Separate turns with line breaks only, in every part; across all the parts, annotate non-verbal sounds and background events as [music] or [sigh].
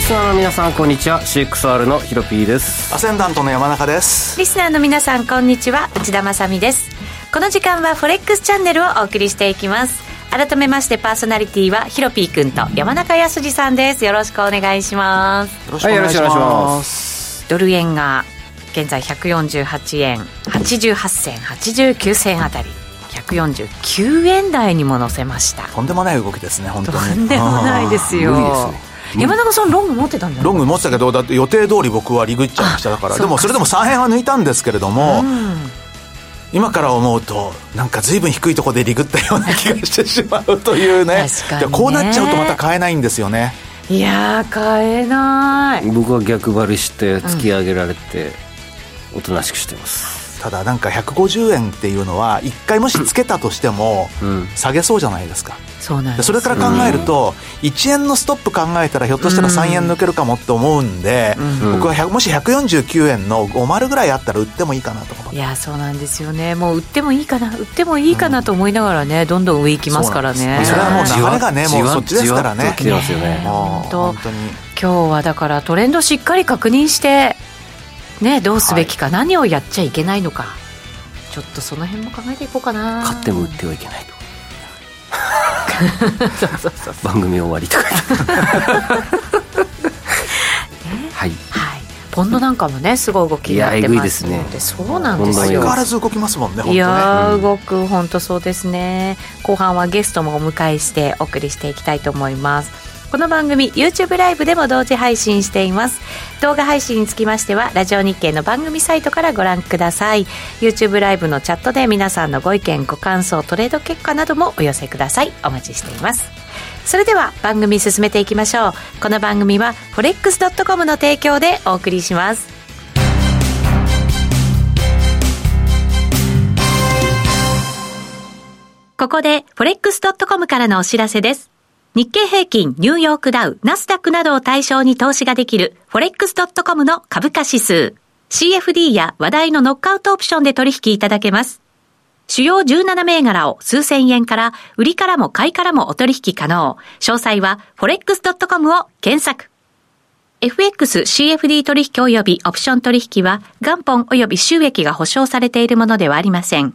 スナーの皆さんこんにちは CXR のヒロピーです
アセンダントの山中です
リスナーの皆さんこんにちは内田まさみですこの時間はフォレックスチャンネルをお送りしていきます改めましてパーソナリティはヒロピーくんと山中康二さんですよろしくお願いします
よろしくお願いし
はいよろしくお願いし
ま
ます
ドル円が現在148円88銭89銭あたり149円台にも乗せました
とんでもない動きですね本当に
とんでもないですよ
あー無理ですね
山中さんロング持ってたんじゃない
ロング持ってたけどだって予定通り僕はリグっちゃいましただから
あ
でもそ
そう
れ
か
でも3円は抜いたんですけれども、今から思うとなんか随分低いところでリグったような気がしてしまうというね
確かにね
でこうなっちゃうとまた買えないんですよね
いやー買えない
僕は逆張りして突き上げられて、おとなしくしてます
ただなんか150円っていうのは1回もしつけたとしても
うん
下げそうじゃないですか
そうなん
で
です
それから考えると1円のストップ考えたらひょっとしたら3円抜けるかもって思うんで
うん
僕は100もし149円の50ぐらいあったら売ってもいいかなと思って
いやそうなんですよねもう売ってもいいかな売ってもいいかなと思いながらね、どんどん上行きますから
そうなん
ね
ですそれはもう流れがね
じわ
もうそっちですからね
じわっと来てますよね
ね
もう
本当
本当に
今日はだからトレンドしっかり確認してねどうすべきか、何をやっちゃいけないのかちょっとその辺も考えていこうかな
買っても売ってはいけないと番組終わりと [laughs] か
[laughs]
言ってはい
はいポンドなんかもねすごい動きになっ
いやえ
てます
ぐいですね
そうなんで
本当
す
に
相変
よ
わらず動きますもんね本
い
当ね
やー、
うん
動く本当そうですね後半はゲストもお迎えしてお送りしていきたいと思いますこの番組 YouTube ライブでも同時配信しています動画配信につきましてはラジオ日経の番組サイトからご覧ください YouTube ライブのチャットで皆さんのご意見ご感想トレード結果などもお寄せくださいお待ちしていますそれでは番組進めていきましょうこの番組は forex.com の提供でお送りしますここで、forex.com からのお知らせです。日経平均、ニューヨークダウ、ナスダックなどを対象に投資ができる、forex.com の株価指数。CFD や話題のノックアウトオプションで取引いただけます。主要17銘柄を数千円から、売りからも買いからもお取引可能。詳細は、forex.com を検索。FXCFD 取引及びオプション取引は元本及び収益が保証されているものではありません。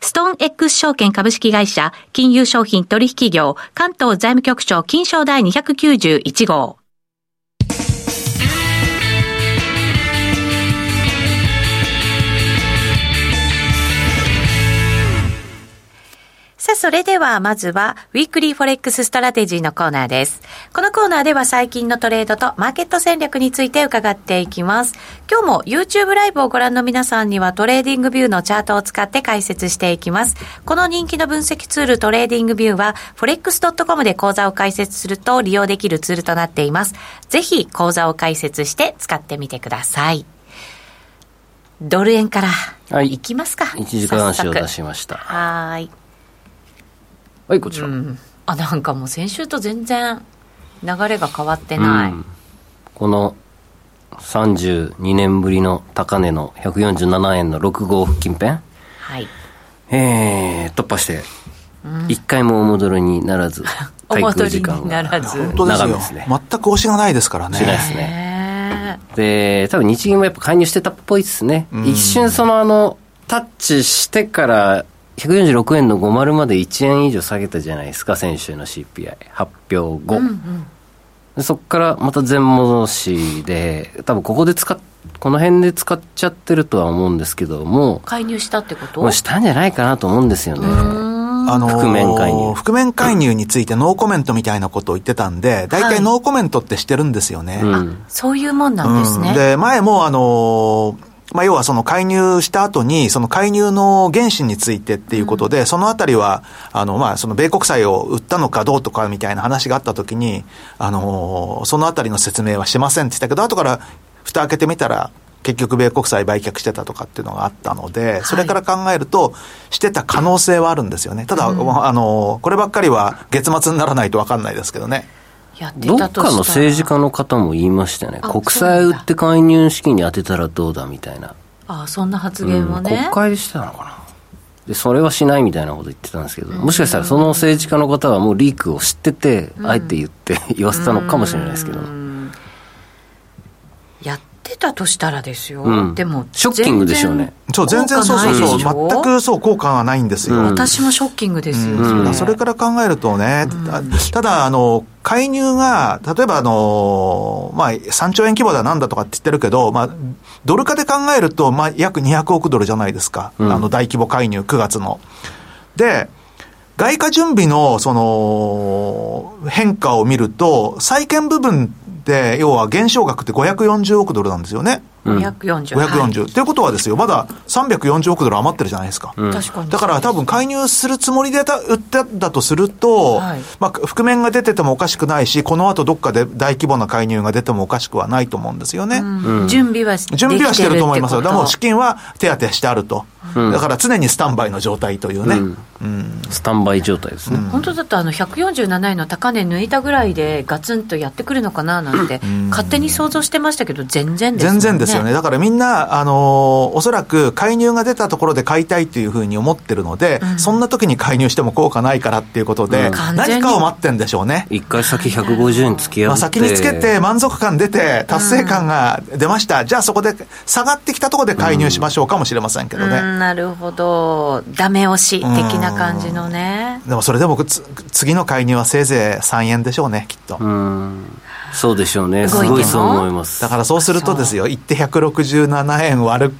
ストーン X 証券株式会社、金融商品取引業、関東財務局長金賞第291号。さあ、それではまずは、ウィークリーフォレックスストラテジーのコーナーです。このコーナーでは最近のトレードとマーケット戦略について伺っていきます。今日も YouTube ライブをご覧の皆さんにはトレーディングビューのチャートを使って解説していきます。この人気の分析ツールトレーディングビューは、forex.com で講座を開設すると利用できるツールとなっています。ぜひ講座を開設して使ってみてください。ドル円から、
はい
いきますか。
1時間足を出
早速
しました
はーい。
はいこちら、
あなんかもう先週と全然流れが変わってない、
うんこの32年ぶりの高値の147円の6号付近辺
はい
えー、突破して、一回もお戻りになら [laughs] ず、
お戻り
滞空
にならず
本当です
長め
よ
ですね。
全く推しがないですからね
しないですね。
ね
で、多分日銀もやっぱ介入してたっぽいですね。
ん
一瞬そのあの、タッチしてから、146円の50まで1円以上下げたじゃないですか、先週の CPI。発表後。でそこからまた全戻しで、多分ここで使っ、この辺で使っちゃってるとは思うんですけども、
介入したってこと
もうしたんじゃないかなと思うんですよね。
あのー
覆面介入
覆面介入についてノーコメントみたいなことを言ってたんで、大
はい
体ノーコメントってしてるんですよね。
うん。
そういうもんなんですね、
うんで、前もあのーまあ、要はその介入した後に、その介入の原資についてっていうことで、そのあたりは、あの、まあ、その米国債を売ったのかどうとかみたいな話があったときに、あのーそのあたりの説明はしませんって言ったけど、後から蓋開けてみたら、結局米国債売却してたとかっていうのがあったので、それから考えると、してた可能性はあるんですよね。ただ、あの、こればっかりは月末にならないと分かんないですけどね。
やって
ど
た
っ
と
かの
したら
政治家の方も言いましたね。
あ
国債売って介入資金に当てたらどうだみたいな。
ああそんな発
う
言
ん
も
国
ね、
会でしてたのかな。で、それはしないみたいなこと言ってたんですけど、もしかしたらその政治家の方はもうリークを知ってて、あえて言って [laughs] 言わせたのかもしれないですけど。
うんやってたとしたらですよ、
うん
でも
ショッキングでしょうね
そう、全然そうそうそう、
効果ないでしょ
全くそう、効果がないんですよ。
うん
私もショッキングですよ、
うん
それ
それから考えるとね、たただ、あの、介入が、例えば、あの、まあ、3兆円規模だなんだとかって言ってるけど、まあ、ドル化で考えると、まあ、約200億ドルじゃないですか。
うん
あの、大規模介入、9月の。で、外貨準備の、その、変化を見ると、債券部分で、要は減少額って540億ドルなんですよね。
うん
540
540。と、い、うことはですよ、まだ340億ドル余ってるじゃないですか。
うん
確かに
だから多分介入するつもりでた売ったんだとすると、
はい
まあ、覆面が出ててもおかしくないし、この後どっかで大規模な介入が出てもおかしくはないと思うんですよね。
うん準備は
準備はしてると思いますよ。で
できてるってこと
も資金は手当てしてある
う
と、
ん
だから常にスタンバイの状態というね。
うんスタンバイ状態ですね。
本当だとあの147円の高値抜いたぐらいでガツンとやってくるのかななんて勝手に想像してましたけど全然ですもん
全然ですよね。だからみんな、あのーおそらく介入が出たところで買いたいっていうふうに思ってるので、そんな時に介入しても効果ないからっていうことで、
うん
完全
何
に
かを待ってんでしょうね。
一回先150円突き破って。
まあ、先につけて満足感出て達成感が出ました、じゃあそこで下がってきたところで介入しましょうかもしれませんけどね、
うんなるほどダメ押し的な感じのね
でもそれでもつ次の介入はせいぜい3円でしょうねきっと、
うん。そうでしょうね。
動い
す
ても
ごいそう思います。
だからそうするとですよ一手167円割る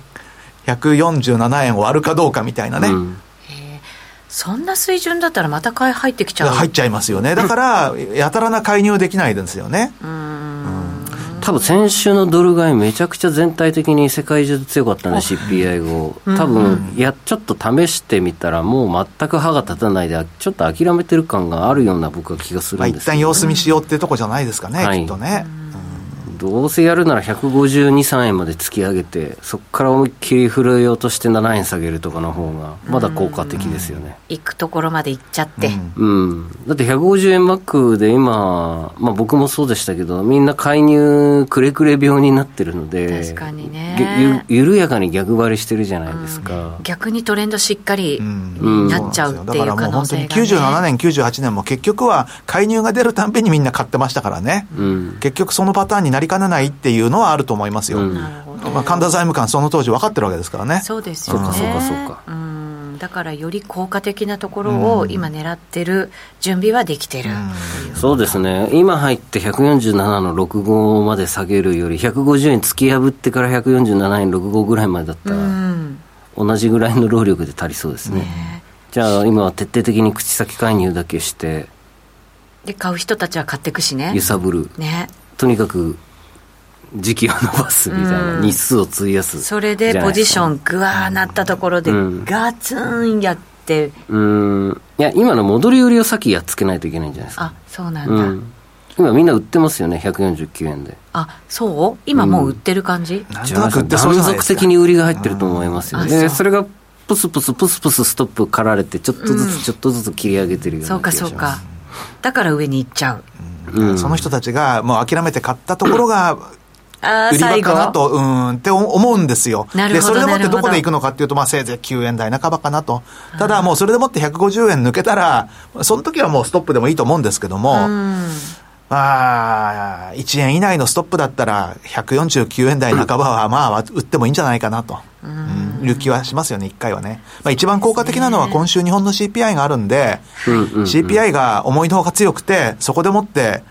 147円割るかどうかみたいなね、
うん
そんな水準だったらまた買い入ってきちゃう
入っちゃいますよねだからやたらな介入できないですよね、
多分先週のドル買いめちゃくちゃ全体的に世界中で強かったね CPI を多分いやちょっと試してみたらもう全く歯が立たないでちょっと諦めてる感があるような僕は気がす
ま
る
あ
んで
一
すけ
旦
ど、
様子見しようっていうとこじゃないですかね、
はい
きっとね、
どうせやるなら1523円まで突き上げてそこから思いっきり振るい落として7円下げるとかの方がまだ効果的ですよね
行くところまで行っちゃって、
うん、だって150円マックで今、まあ、僕もそうでしたけどみんな介入くれくれ病になってるので
確かにね
げゆ緩やかに逆張りしてるじゃないですか、
逆にトレンドしっかり
うん
になっちゃうってい
だからも
う可
う本
能
当
性
に
が、ね
97年、98年も結局は介入が出るたんびにみんな買ってましたからね、
うん
結局そのパターンになりかねないっていうのはあると思いますよ、
うん
なるほど
まあ、神田財務官、その当時分かってるわけですからね。
そうですよね。
そうかそうかそうか
うん。だからより効果的なところを今狙ってる準備はできてる。
そうですね今入って147の65まで下げるより150円突き破ってから147円65ぐらいまでだった
う
ら
ん。
同じぐらいの労力で足りそうですねじゃあ今は徹底的に口先介入だけして
で買う人たちは買ってくしね
揺。さぶる
ね。
とにかく時期を伸ばすみたいな日数を費やす
それでポジショングワーなったところで
うん
ガツンやって、
うんいや今の戻り売りを先やっつけないといけないんじゃないですか
あそうなんだ。
うん今みんな売ってますよね149円で
あそう？今もう売ってる感じ？
なんとなく売ってそうじゃ
断
ないで
続
すか
的に売りが入ってると思いますよ
うん
ね
あそ
で
う
それがプスプスプスプスストップかられてちょっとず
うん
つちょっとずつ切り上げてるよう
そ
な
う
気が
か
し
そ
ま
う
す、
か。だから上に行っちゃう。
うん
その人たちがもう諦めて買ったところが
あ
売
あ
り場
最後
か。なと、うーんって思うんですよ。
なるほど
で、それでもっ
な
て
るほ
ど
ど
こで行くのかっていうと、まあせいぜい9円台半ばかなと。ただもうそれでもって150円抜けたら、その時はもうストップでもいいと思うんですけども、
うん。
まあ、1円以内のストップだったら、149円台半ばは、まあ、売ってもいいんじゃないかなと。うん、いう気はしますよね、一回はね。まあ、一番効果的なのは今週日本の CPI があるんで、
うんうんうん
CPI が思いのほか強くて、そこでもって、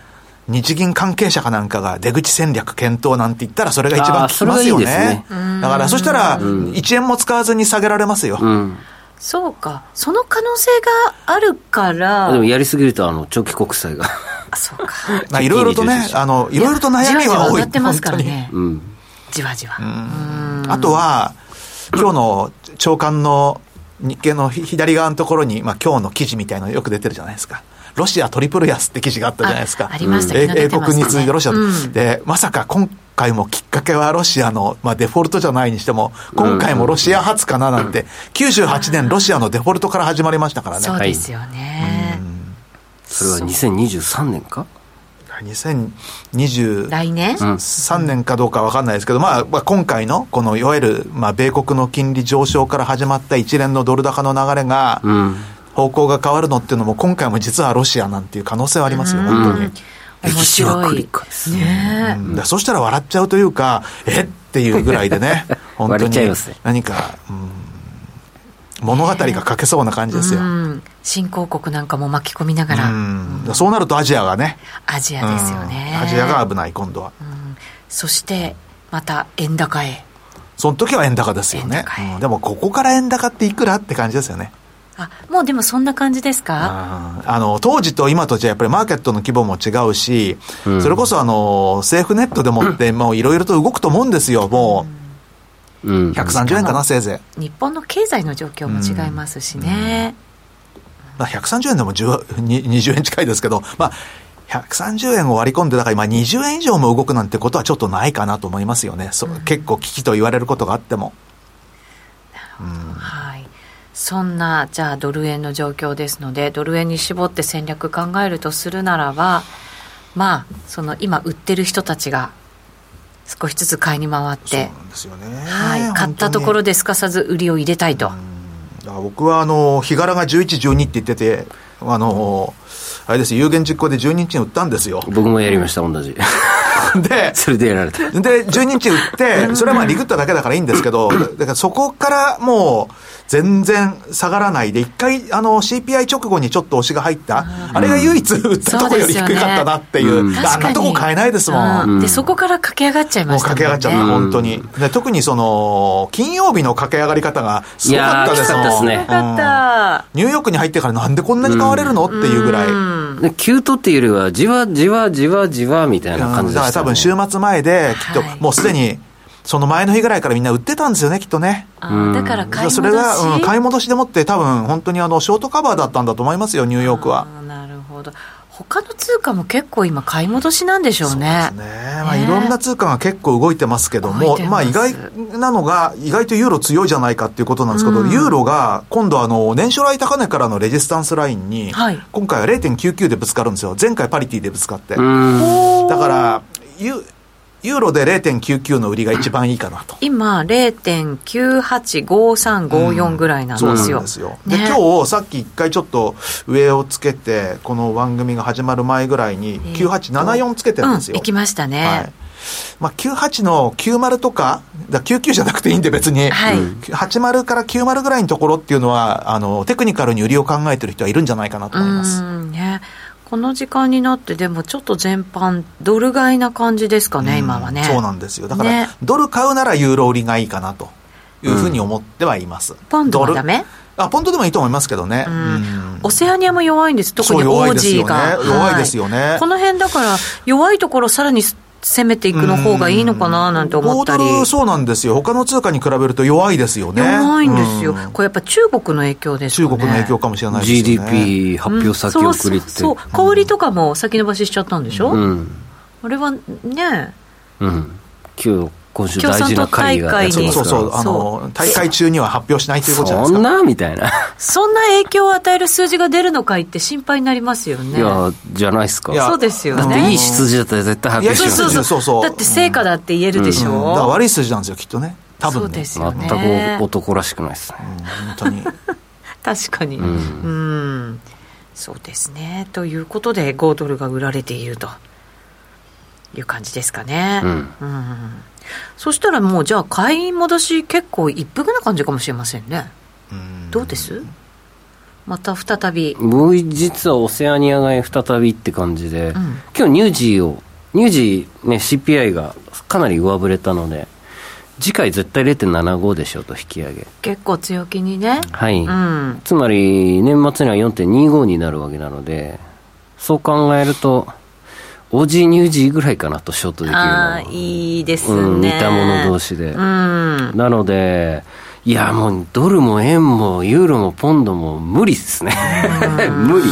日銀関係者かなんかが出口戦略検討なんて言ったら、それが一番
あ
効
ー
きますよ
それがいい
ね。だから、そしたら、1円も使わずに下げられますよ。
うん
そうか。その可能性があるから。
でもやりすぎるとあの長期国債が [laughs]
あそうか。
まあ、いろいろ
い
と
い
ね
で、すよ
あの、いろいろと悩み
じわじわ
は多
上
い。
がってますから
本当に
ね。
うん
じわじわ。
あとは、今日の長官の日経のひ左側のところに、まあ、今日の記事みたいなのよく出てるじゃないですか。ロシアトリプル安って記事があったじゃないですか。
あありました
え
昨日
英
出てま
国
したね
に次いでロシアと、
うん
で、まさか今回もきっかけはロシアの、まあデフォルトじゃないにしても、今回もロシア発かななんて、98年ロシアのデフォルトから始まりましたからね。
そうですよね。
それは2023年か
2020
来年、
ん
3年かどうか分かんないですけど、まあまあ、今回のこのいわゆる、まあ、米国の金利上昇から始まった一連のドル高の流れが、
うん
方向が変わるのっていうのも、今回も実はロシアなんていう可能性はありますよ、本当に。
面
歴史は
白
繰
い
り返す
ね
うんだからそしたら笑っちゃうというか、えっていうぐらいでね、本当
笑っ
に
ちゃいますね
何か、うん物語が書けそうな感じですよ。
うん、新興国なんかも巻き込みながら、
うんだからそうなるとアジアがね、
アジ
うん
アですよね、
アジアが危ない、今度は。
そしてまた円高へ
その時は円高ですよ
円
ね
高。い
うんでも、ここから円高っていくらって感じですよね。
あもうでもそんな感じですか
あーあの当時と今とじゃやっぱりマーケットの規模も違うし、それこそあのセーフネットでもって、もういろいろと動くと思うんですよ、も
うん
う130円かな、せいぜ
日本の経済の状況も違いますしね、
い。まあ、130円でも10に20円近いですけど、まあ、130円を割り込んで、だから今、20円以上も動くなんてことはちょっとないかなと思いますよね、そう結構危機と言われることがあっても。
はいそんなじゃあドル円の状況ですのでドル円に絞って戦略考えるとするならばまあその今売ってる人たちが少しずつ買いに回っ
そう
て
なんですよね。
はい、買ったところ
で。
ですかさず売りを入れたいと、
だから僕はあの日柄が11、12って言ってて、あのあれです、有言実行で12日に売ったんですよ。
僕もやりました同じ [laughs]
で、
それでやられた
で、12日売って、それはまあリグっただけだからいいんですけど、だだからそこからもう全然下がらないで、一回あの CPI 直後にちょっと押しが入った、あれが唯一売ったとこより低かったなっていう、
そうですよね
あんなとこ買えないですもん。
うでそこから駆け上がっちゃい
も
ま
う
したも
駆
ん
け
ね
上がっちゃった、本当に。で特にその、金曜日の駆け上がり方がすごかったですもん
いやーきつかったですね
よかった、
ニューヨークに入ってからなんでこんなに買われるの、っていうぐらい。
で急騰っていうよりはじわじわじわじわみたいな感
うん
じ
だ
で
から
した、
多
ね、
分週末前で、きっと
はい
もうすでに、その前の日ぐらいからみんな売ってたんですよね、きっとね。
あーだから買い戻し
それが、うん買い戻しでもって、多分本当にあのショートカバーだったんだと思いますよ、ニューヨークは。
あーなるほど他の通貨も結構今買い戻しなんでしょうね
ねえまあ、いろんな通貨が結構動いてますけど
動い
も、
てます
まあ、意外なのが、意外とユーロ強いじゃないかっていうことなんですけど、ユーロが今度あの、年初来高値からのレジスタンスラインに、
はい
今回は0.99でぶつかるんですよ、前回パリティでぶつかって。
うん
だからユ、ユーロで0.99の売りが一番いいかなと。
今0.985354ぐらいなん
そう
で
なん
すよ,、
ですよ。で、
ね
今日、さっき一回ちょっと上をつけて、この番組が始まる前ぐらいに、
ー
9874つけてるんですよ。
うん行きましたね、
はい。まあ、98の90とか、だから99じゃなくていいんで別に、
はい
80から90ぐらいのところっていうのは、あの、テクニカルに売りを考えてる人はいるんじゃないかなと思います。
うんねこの時間になってでもちょっと全般ドル買いな感じですかね、今はね
そうなんですよ。だから、
ね
ドル買うならユーロ売りがいいかなというふうに思ってはいます。
ポンドは
ル
ダメ
あ、ポンドでもいいと思いますけどね。うん
オセアニアも弱いんです特に
そう
オ
弱い
ー
です
ジ
よね
ーが
弱いですよね
この辺だから弱いところさらに攻めていくの方がいいのかななんて思ったり
5ドルそうなんですよ。他の通貨に比べると弱いですよね。
弱いんですよ、
うん
これやっぱ中国の影響です
中
よね
国の影響かもしれないですよね。
GDP 発表先送りって、
うんそうそうそう小売りとかも先延ばししちゃったんでしょ、
うん
あれはね
うん今日今週
共
大
産
事
党
な会議がや
大
って
会
そ
に
ま
う
す
そう
から
そう。あ
そう
の、大会中には発表しないということじゃない
そ
です
ん
か。
なみたいな、
そんな影響を与える数字が出るのかいって心配になりますよね
いやじゃないですか
いや
そうですよ
だって
ね
いい数字だったら絶対発
いや
表し
そう
ます
そうそう
そうそう
だって成果だって言えるでしょ、
うんだから悪い数字なんですよ、きっとね。多分ね。
そうですよ
全
ね
く男らしくないですね
うん本当に。
確かにうんんそうですねということで5ドルが売られているという感じですかね
うん
うんそしたらもうじゃあ買い戻し結構一服な感じかもしれませんね
ん
どうですまた再び
僕実はオセアニアが再びって感じで、
ん
今日ニュージーをニュージーね CPI がかなり上振れたので次回絶対0.75でしょうと引き上げ
結構強気にね
はい、
うん
つまり年末には4.25になるわけなのでそう考えるとオージーニュージーぐらいかなとショートできるの
あ
は
あいいですね、
うん、似た者同士で、
うん
なのでいや、もうドルも円もユーロもポンドも無理ですね。 [laughs] 無理。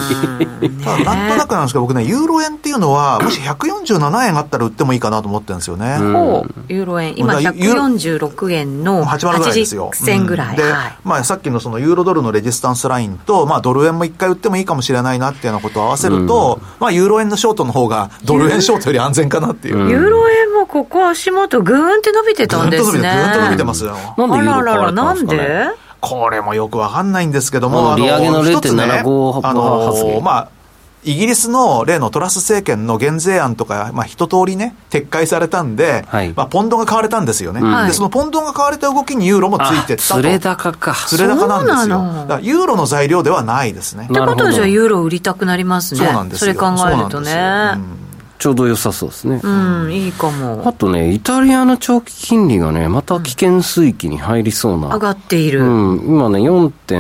ただなんとなくなんですけど、僕ね、ユーロ円っていうのは、もし147円あったら売ってもいいかなと思ってるんですよね。
ほうユーロ円、今
まあユ
146円の
8万ぐらいですよ
80。銭ぐらい。
うんで
はい、
まあさっきのそのユーロドルのレジスタンスラインと、まあドル円も一回売ってもいいかもしれないなっていうようなことを合わせると、まあユーロ円のショートの方がドル円ショートより安全かなっていう。
うん
ぐー
ユーロ円もここ足元ぐーんって伸びてたん
んと
で
伸び
す
て、ぐ
ね。
ーんと伸びてますよ。
なんでユーロ
あらら
買わ
ら、
れた
なん
です
ん
かね
で
これもよくわかんないんですけど
ま
も、
あ
あの
利上げの
一つね
0.75
あの
発言
まあ、イギリスの例のトラス政権の減税案とか、まあ、一通りね、撤回されたんで、
はい
まあ、ポンドが買われたんですよね、
はい
で、そのポンドが買われた動きにユーロもついて
あ、
ったと。
釣れ高か。
釣れ高なんです
そう
よ。
なの
だからユーロの材料ではないですね。
って
な
こ
る
と
ほ
は
ど
じゃあユーロ売りたくなりますね。
そうなんですよ。
れ考えると
そうなんで
ね。
すようん
ちょうど良さそうですね。
うん、いいかも
あ。とね、イタリアの長期金利がね、また危険水域に入りそうな。
上がっていうる。
ん、今ね、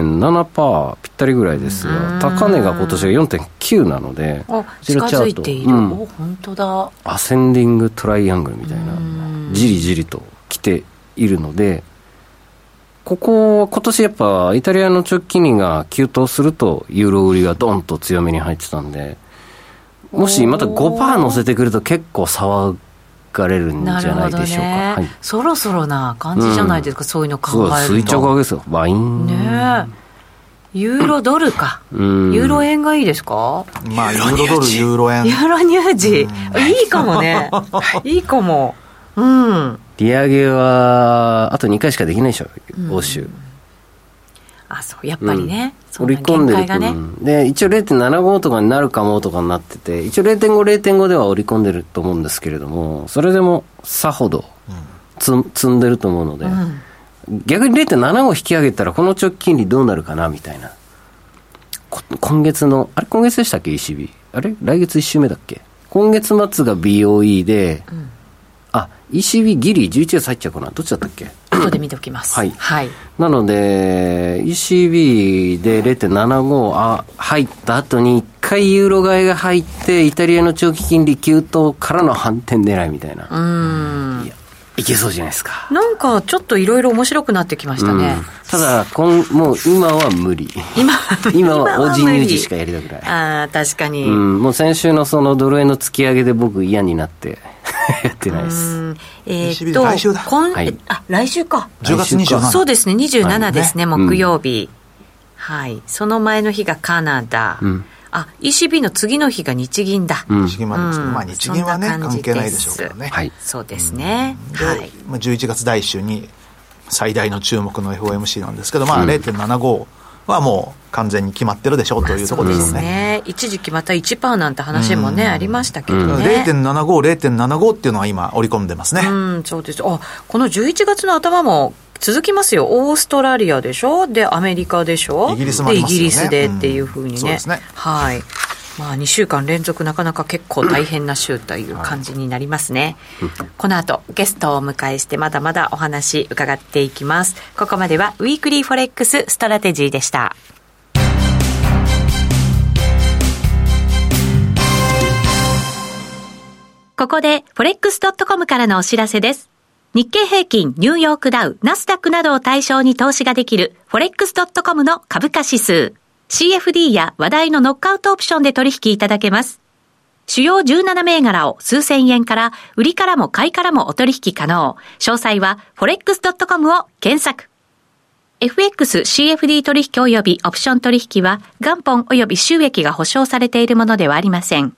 4.7%ぴったりぐらいですが、高値が今年が4.9なので、
あ
こ、ち
近
らチャ
づ
ー
い
ト
ている。
うん
お、本当だ。
アセンディングトライアングルみたいな、じりじりと来ているので、ここは今年やっぱイタリアの長期金利が急騰するとユーロ売りがドンと強めに入ってたんで、もしまた5%乗せてくると結構騒がれるんじ
なる
ゃな
ほ
い
ど
でしょうか。は
ね
い。。
そろそろな感じじゃないですか、そういうの
すご
考
い
え
垂
る
直上
と。
げですよ。バイン。
ねえ。ユーロドルか。
うん
ユーロ円がいいですか
まあ、ユーロドル、ユーロ円
ユ。ーロ乳児。いいか
[laughs]
もね。いいかも。うん。
利上げはあと2回しかできないでしょ、欧州。
あ、そう、やっぱりね。そんな
織り込ん
限
で
界
る
が
と、
ね。
うんで一応0.75とかになるかもとかになってて一応0.50.5では織り込んでると思うんですけれどもそれでもさほどつ、積んでると思うので、
ん
逆に0.75引き上げたらこの直近利どうなるかなみたいなこ今月のあれ今月でしたっけ ECB あれ来月1週目だっけ今月末が BOE で、あ ECB ギリ11月入っちゃうかなどっちだったっけ
後で見ておきます。
はい
はい。
なので、ECB で0.75あ入った後に、一回ユーロ買いが入って、イタリアの長期金利急騰からの反転狙いみたいな、
うん。
いけそうじゃないですか。
なんかちょっといろいろ面白くなってきましたね。
ただ今、もう今は無理。
今
[laughs] 今はおじ
無理
ニュージしかやりたくない。
ああ、確かに。
う
うん
ん、もう先週のそのドル円の突き上げで僕嫌になって、 [laughs] やってないです。
えー
ECB
っと、
来週だ
今、
はい
えあ、来週か。
10月27日。
そうですね、27ですね、
は
ね
木曜日、はい。その前の日がカナダ。
うん
あ、ECB の次の日が日銀だ。
うん
日銀までですけど、まあ日銀はね、
そんな感
関
じ
係ないでしょうけどね。
はい。
そうですね。
で
はい。
まあ、11月第1週に最大の注目の FOMC なんですけど、まあ、0.75はもう完全に決まってるでしょうというところ
で
です
す
ね。
ね。一時期また1%なんて話もね、ありましたけ
う
ど
ん
ね。
0.75、0.75っていうのは今、織り込んでますね。
うん、そうです。あ、この11月の頭も続きますよ。オーストラリアでしょで、アメリカでしょ
イギリスもありますよ
で、イ
ね
ギリスでっていうふうにね。
うんそうですね
はい。まあ、2週間連続なかなか結構大変な週という感じになりますね。この後、ゲストをお迎えしてまだまだお話伺っていきます。ここまでは、ウィークリーフォレックスストラテジーでした。ここで、forex.com からのお知らせです。日経平均、ニューヨークダウ、ナスダックなどを対象に投資ができる、forex.com の株価指数。CFD や話題のノックアウトオプションで取引いただけます。主要17銘柄を数千円から、売りからも買いからもお取引可能。詳細は、forex.com を検索。FXCFD 取引及びオプション取引は元本及び収益が保証されているものではありません。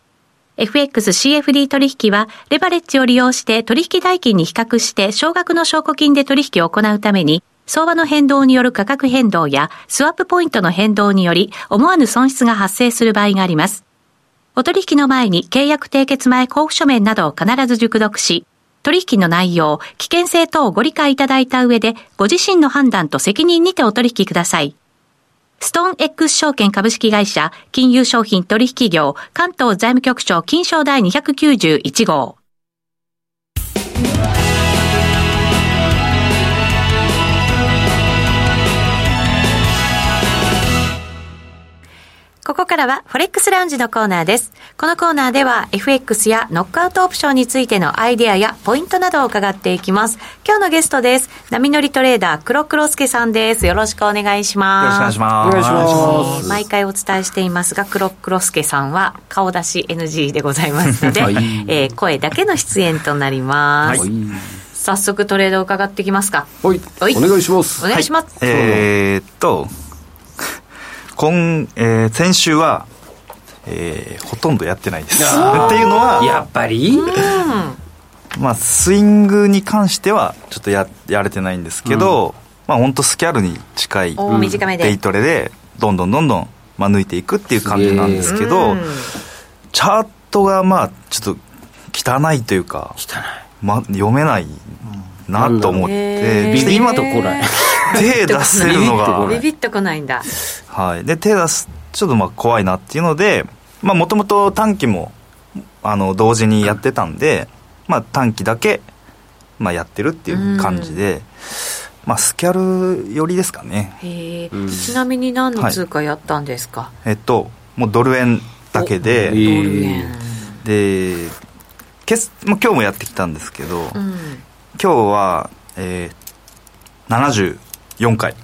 FXCFD 取引はレバレッジを利用して取引代金に比較して少額の証拠金で取引を行うために相場の変動による価格変動やスワップポイントの変動により思わぬ損失が発生する場合があります。お取引の前に契約締結前交付書面などを必ず熟読し、取引の内容、危険性等をご理解いただいた上で、ご自身の判断と責任にてお取引ください。ストーン X 証券株式会社、金融商品取引業、関東財務局長金賞第291号。ここからは、フォレックスラウンジのコーナーです。このコーナーでは、FX やノックアウトオプションについてのアイデアやポイントなどを伺っていきます。今日のゲストです。波乗りトレーダー、黒黒助さんです。よろしくお願いします。
よろしくお願いします。
願いします
毎回お伝えしていますが、黒黒助さんは顔出し NG でございますので、
はい
えー声だけの出演となります。
はい
早速トレードを伺っていきますか。
はい
はい
お願いします
お願いします。
えーっと、今、えー先週は、えーほとんどやってないです。っていうの
や
は、
っぱり
まあ、スイングに関しては、ちょっとや、やれてないんですけど、まあ、本当スキャルに近い、
おー短めで
デイトレで、どんどんどんどん、まあ、抜いていくっていう感じなんですけど、
うん
チャートが、まあ、ちょっと、汚いというか、
汚
ま、読めないなと思っ
へ
て、
ー
いビ
で
ビッ
今
とこない
手出せるのが、
ビビッとこないんだ。
はい、で手出すちょっとまあ怖いなっていうのでもともと短期もあの同時にやってたんで、まあ、短期だけ、まあ、やってるっていう感じで、まあ、スキャル寄りですかね
へえ、
うん
ちなみに何の通貨やったんですか、
えっともうドル円だけ
おいい
で
ドル円。
でけすもう今日もやってきたんですけど、
う
今
ん。
日は、えー、74回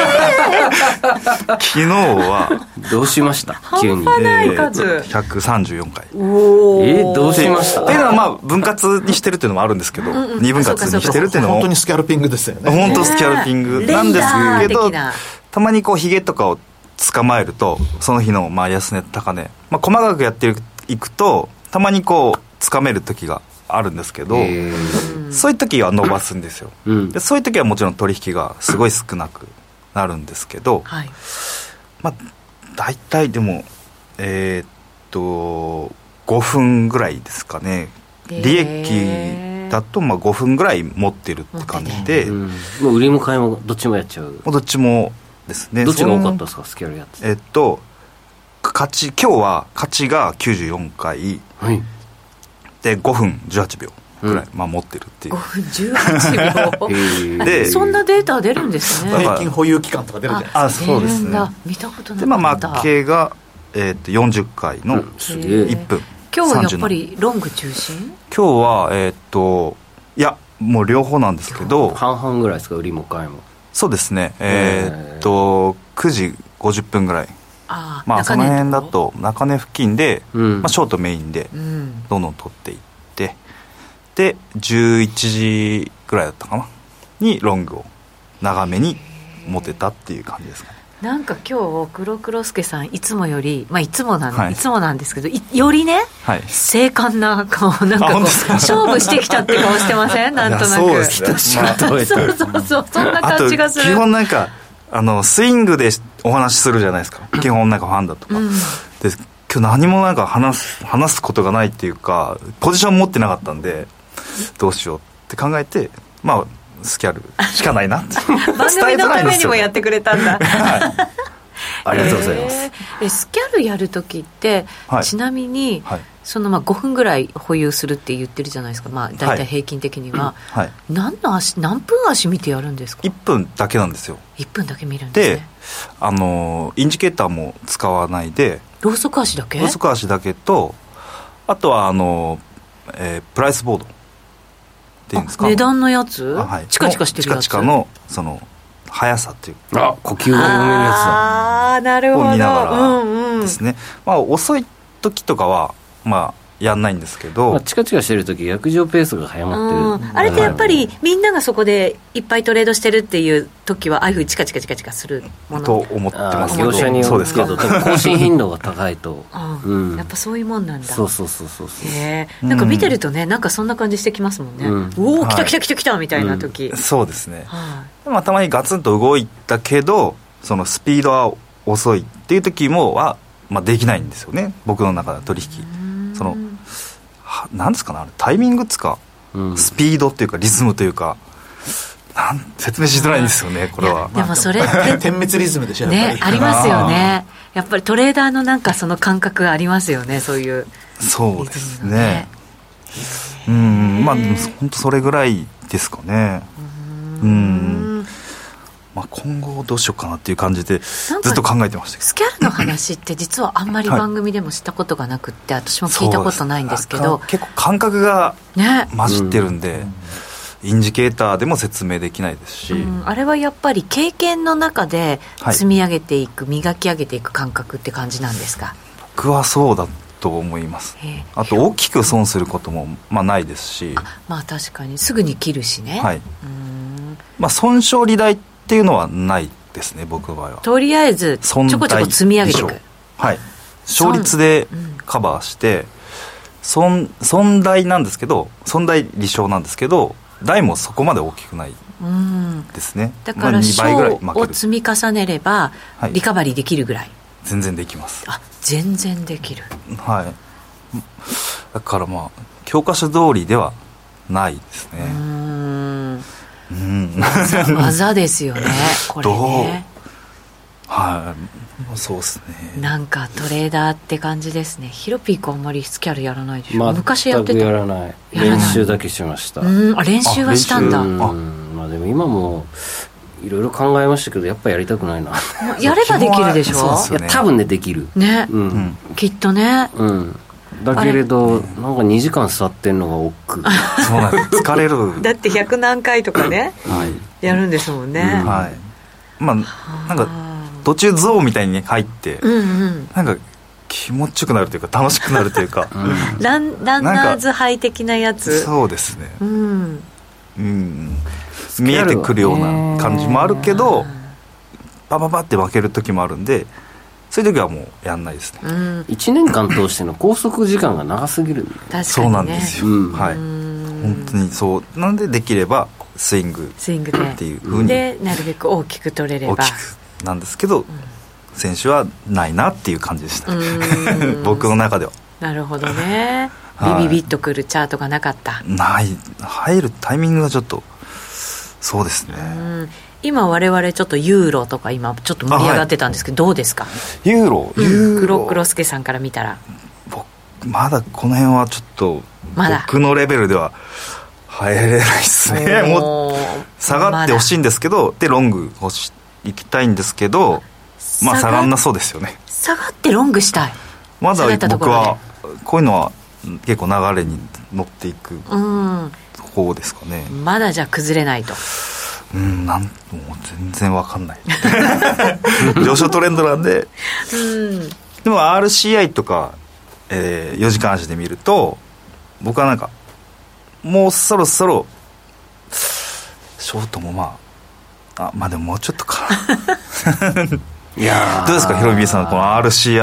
[laughs] 昨日は
どうしました急に
半端ない数
えー134回
おー
えーどうしました
っていうのはまあ分割にしてるっていうのもあるんですけど、
んうん
二分割にしてるっていうのも
本当にスキャルピングですよね。
本当スキャルピング
ねえ
なんですけ
レ
ど
ンダー的な
たまにこうヒゲとかを捕まえるとその日のまあ安値高値、まあ、細かくやっていくとたまにこう掴める時があるんですけど、
え
そういう時は伸ばすんですよ、
ーうん
でそういう時はもちろん取引がすごい少なくなるんですけど、
はい。
まあ、大体でもえーっと5分ぐらいですかね
へー
利益だとまあ5分ぐらい持ってるって感じで、
う
も
んもう売りも買いもどっちもやっちゃう
うどっちもですね
どっちが多かった
その
ですかスキャルやってて
えーっと勝ち今日は勝ちが94回
はい
で5分18秒ぐらい、まあ、持ってるってい
5
う
分18秒。
えー
で
そんなデータ出るんですね。
だから
平均保有期間とか出るじゃないですか。
あそうですね
出るんだ見たことな
で
か
ま
った
あ負けが、えーっと40回の
うんすげえ
1分
今日はや
30
っ
の
ぱりロング中心
今日はえーっといやもう両方なんですけど
半々ぐらいですか売りも買いも
そうですねえーっと9時50分ぐらい
あ
まあそ
中
の
根
辺だと中根付近で、
うん
まあ、ショートメインで
うん
どんどん取っていってで11時ぐらいだったかなにロングを長めに持てたっていう感じですかね
なんか今日黒黒助さんいつもよりまあいつもなん、
はい
い、つもなんですけどいよりね
はい
精悍な顔なんか
あ
こ
[laughs]
う
本当ですか
勝負してきたって顔してませんなんと
い
な
や
く
そうですねまあ
そうそうそうそうそんな
あ
感
と
じがする
基本なんかあのスイングでお話しするじゃないですか基本なんかファンだとか、
うん
で今日何もなんか話す話すことがないっていうかポジション持ってなかったんでどうしようって考えてまあスキャルしかないなって
[laughs] 番組のためにもやってくれたんだ
ありがとうございます、
へーえスキャルやる時って、
はい
ちなみに、
はい
そのまあ5分ぐらい保有するって言ってるじゃないですか、まあ、大体平均的には、
はい
何の足何分足見てやるんですか
1分だけなんですよ
1分だけ見るんです
で
ね
あのインジケーターも使わないで
ローソク足だけ
細く足だけとあとはあの、えープライスボードっていうんですか
あ値段のやつ、
あはい
チカチカしてるやつ
チカチカのその速さっていう
あ呼吸が読めるや
ああなるほ
を
ど
見なが
うんうん
らですね、まあ遅い時とかはまあやんないんですけ
つ
ど、
だまあチカチカしてる時逆上ペースが早まって
うん
る
あれってやっぱりみんながそこでいっぱいトレードしてるっていう時はああいうふうにチカチカチカチカするもの
と思って
あ
ます
ー
けど
業者に
そ
よ
う
る
です
け
か
ど多分更新頻度が高い
[laughs]
と
うん
うん
やっぱそういうもんなんだ
そうそうそうそうそう
へえなんか見てるとね、なんかそんな感じしてきますもんね、う
うん
おお
はい
来た来た来た来たみたいな時、はい
[laughs] そうですねまあたまにガツンと動いたけどそのスピードは遅いっていう時もは、まあ、できないんですよね僕の中では取引そのはなんですかねあれタイミングっつうか
うん
スピードっていうかリズムというかなん説明しづらいんですよねこれはい
やでもそれっ
で [laughs]
て
点滅リズムで
[laughs]
しょ、やっ
ね
ぱ
あ
り。
りますよねやっぱりトレーダーのなんかその感覚ありますよねそういう
そう
リ
で
ズ
す
ムのね
ねうんまあでも本当それぐらいですかね
う
うん
ん
まあ、今後どうしようかなっていう感じでずっと考えてましたけど
スキャルの話って実はあんまり
はい
番組でもしたことがなくって、私も聞いたことないんですけど
そうですあか結構感覚が
ね、
混じってるんで、インジケーターでも説明できないですし、
うんあれはやっぱり経験の中で
はい
積み上げていく、磨き上げていく感覚って感じなんですか
僕はそうだと思います
へえ
あと大きく損することも、まあ、ないですし、
まあ確かにすぐに切るしね、
はい
うん
まあ、損傷利大っていうのはないですね僕の場合は
とりあえずちょ
損
こちょこ積み上げてい
大
く
以上はい勝率で
うん
カバーして損損大なんですけど損大利小なんですけど大もそこまで大きくない
うん
ですね
だか
まあ
ら
2
賞
倍ぐらい負
を
ける
積み重ねれば
はい
リカバリーできるぐらい、
全然できます
あ全然できる
はいだからまあ教科書通りではないです
う
ね
ー
[laughs]
ん
うん [laughs]
技ですよねこれね
はいそうですね
なんかトレーダーって感じですねヒロピー君あんまりスキャルやらないでしょ、
まあ、
昔やって
全くやら
た
ない練習だけしました
うんあ練習はしたんだ
あ
う
練習
んまあでも今もいろいろ考えましたけどやっぱやりたくないな
もうやればできるでし
そう
ょ
です
い
よ
や
ね
多分ねできる
ね、
う
うんん
きっとね
うんだけれどなんか2時間座ってんのが億劫
そうなん
[laughs]
です疲れる
だって100何回とかね
はい、
やるんですもんね、
うん
はいまあなんか
あ
途中ゾーンみたいに入って、
ーうんうん
なんか気持ちよくなるというか楽しくなるとい
[laughs]
うか、
ランランナーズハイ的なやつ
そうですね
うん
うん見えてくるような感じもあるけどバババって負ける時もあるんでそういう時はもうやんないですね
うん
1年間通しての拘束時間が長すぎるんだよ
確かにね
そうなんですよ、
うん
はい本当にそうなんでできればスイング
スイングで
っていう風に
でなるべく大きく取れれば
大きくなんですけど、選手はないなっていう感じでした、
うん
[laughs] 僕の中では
なるほどね
はい
ビビビッとくるチャートがなかった、
ない入るタイミングがちょっとそうですね、
うん、今我々ちょっとユーロとか今ちょっと盛り上がってたんですけど、どうですか
ユーロ、ユーロ
黒黒助さんから見たら
僕まだこの辺はちょっと
まだ
僕のレベルでは入 [laughs] れないですねもう
おー
下がってほしいんですけどでロング欲し行きたいんですけどまあ
下
下
が
がんなそうですよね
下がってロングしたい
まだ
下がったとこ
僕
ろ
はこういうのは結構流れに乗っていく
うん
方ですかね
まだじゃ崩れないと
うんなんもう全然わかんない上昇トレンドなんで
うん
でも RCI とか、え4時間足で見ると僕はなんかもうそろそろショートもまああまあでももうちょっとか
いやー
どうですかヒロミーさんこの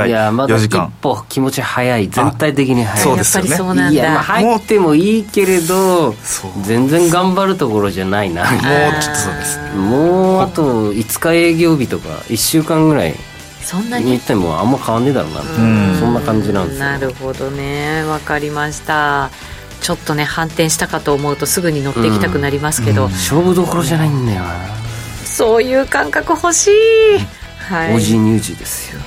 いやまだ
RCI4
一
時間
歩気持ち早い全体的に早い
そうです
や
よね
っぱりそうなん
いや、まあ、
だ
入ってもいいけれど
そう
全然頑張るところじゃないな
もうちょっとそうですね
もうあと5日営業日とか1週間ぐらい
そんな
に
に
行ってもあんま変わんねえだろうなみたいなそんな感じなんですよ
なるほどねわかりましたちょっとね反転したかと思うとすぐに乗っていきたくなりますけど、
勝負どころじゃないんだよな、
そういう感覚欲しい、は
オ
い
ージーニュージーですよ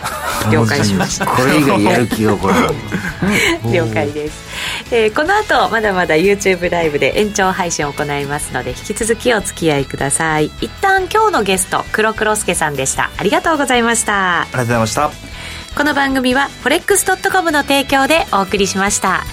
了解しました
これ以外やる気が起こらない
了解です、えーこの後まだまだ YouTube ライブで延長配信を行いますので引き続きお付き合いください一旦今日のゲスト黒黒助さんでしたありがとうございました
ありがとうございました
この番組は forex.com の提供でお送りしました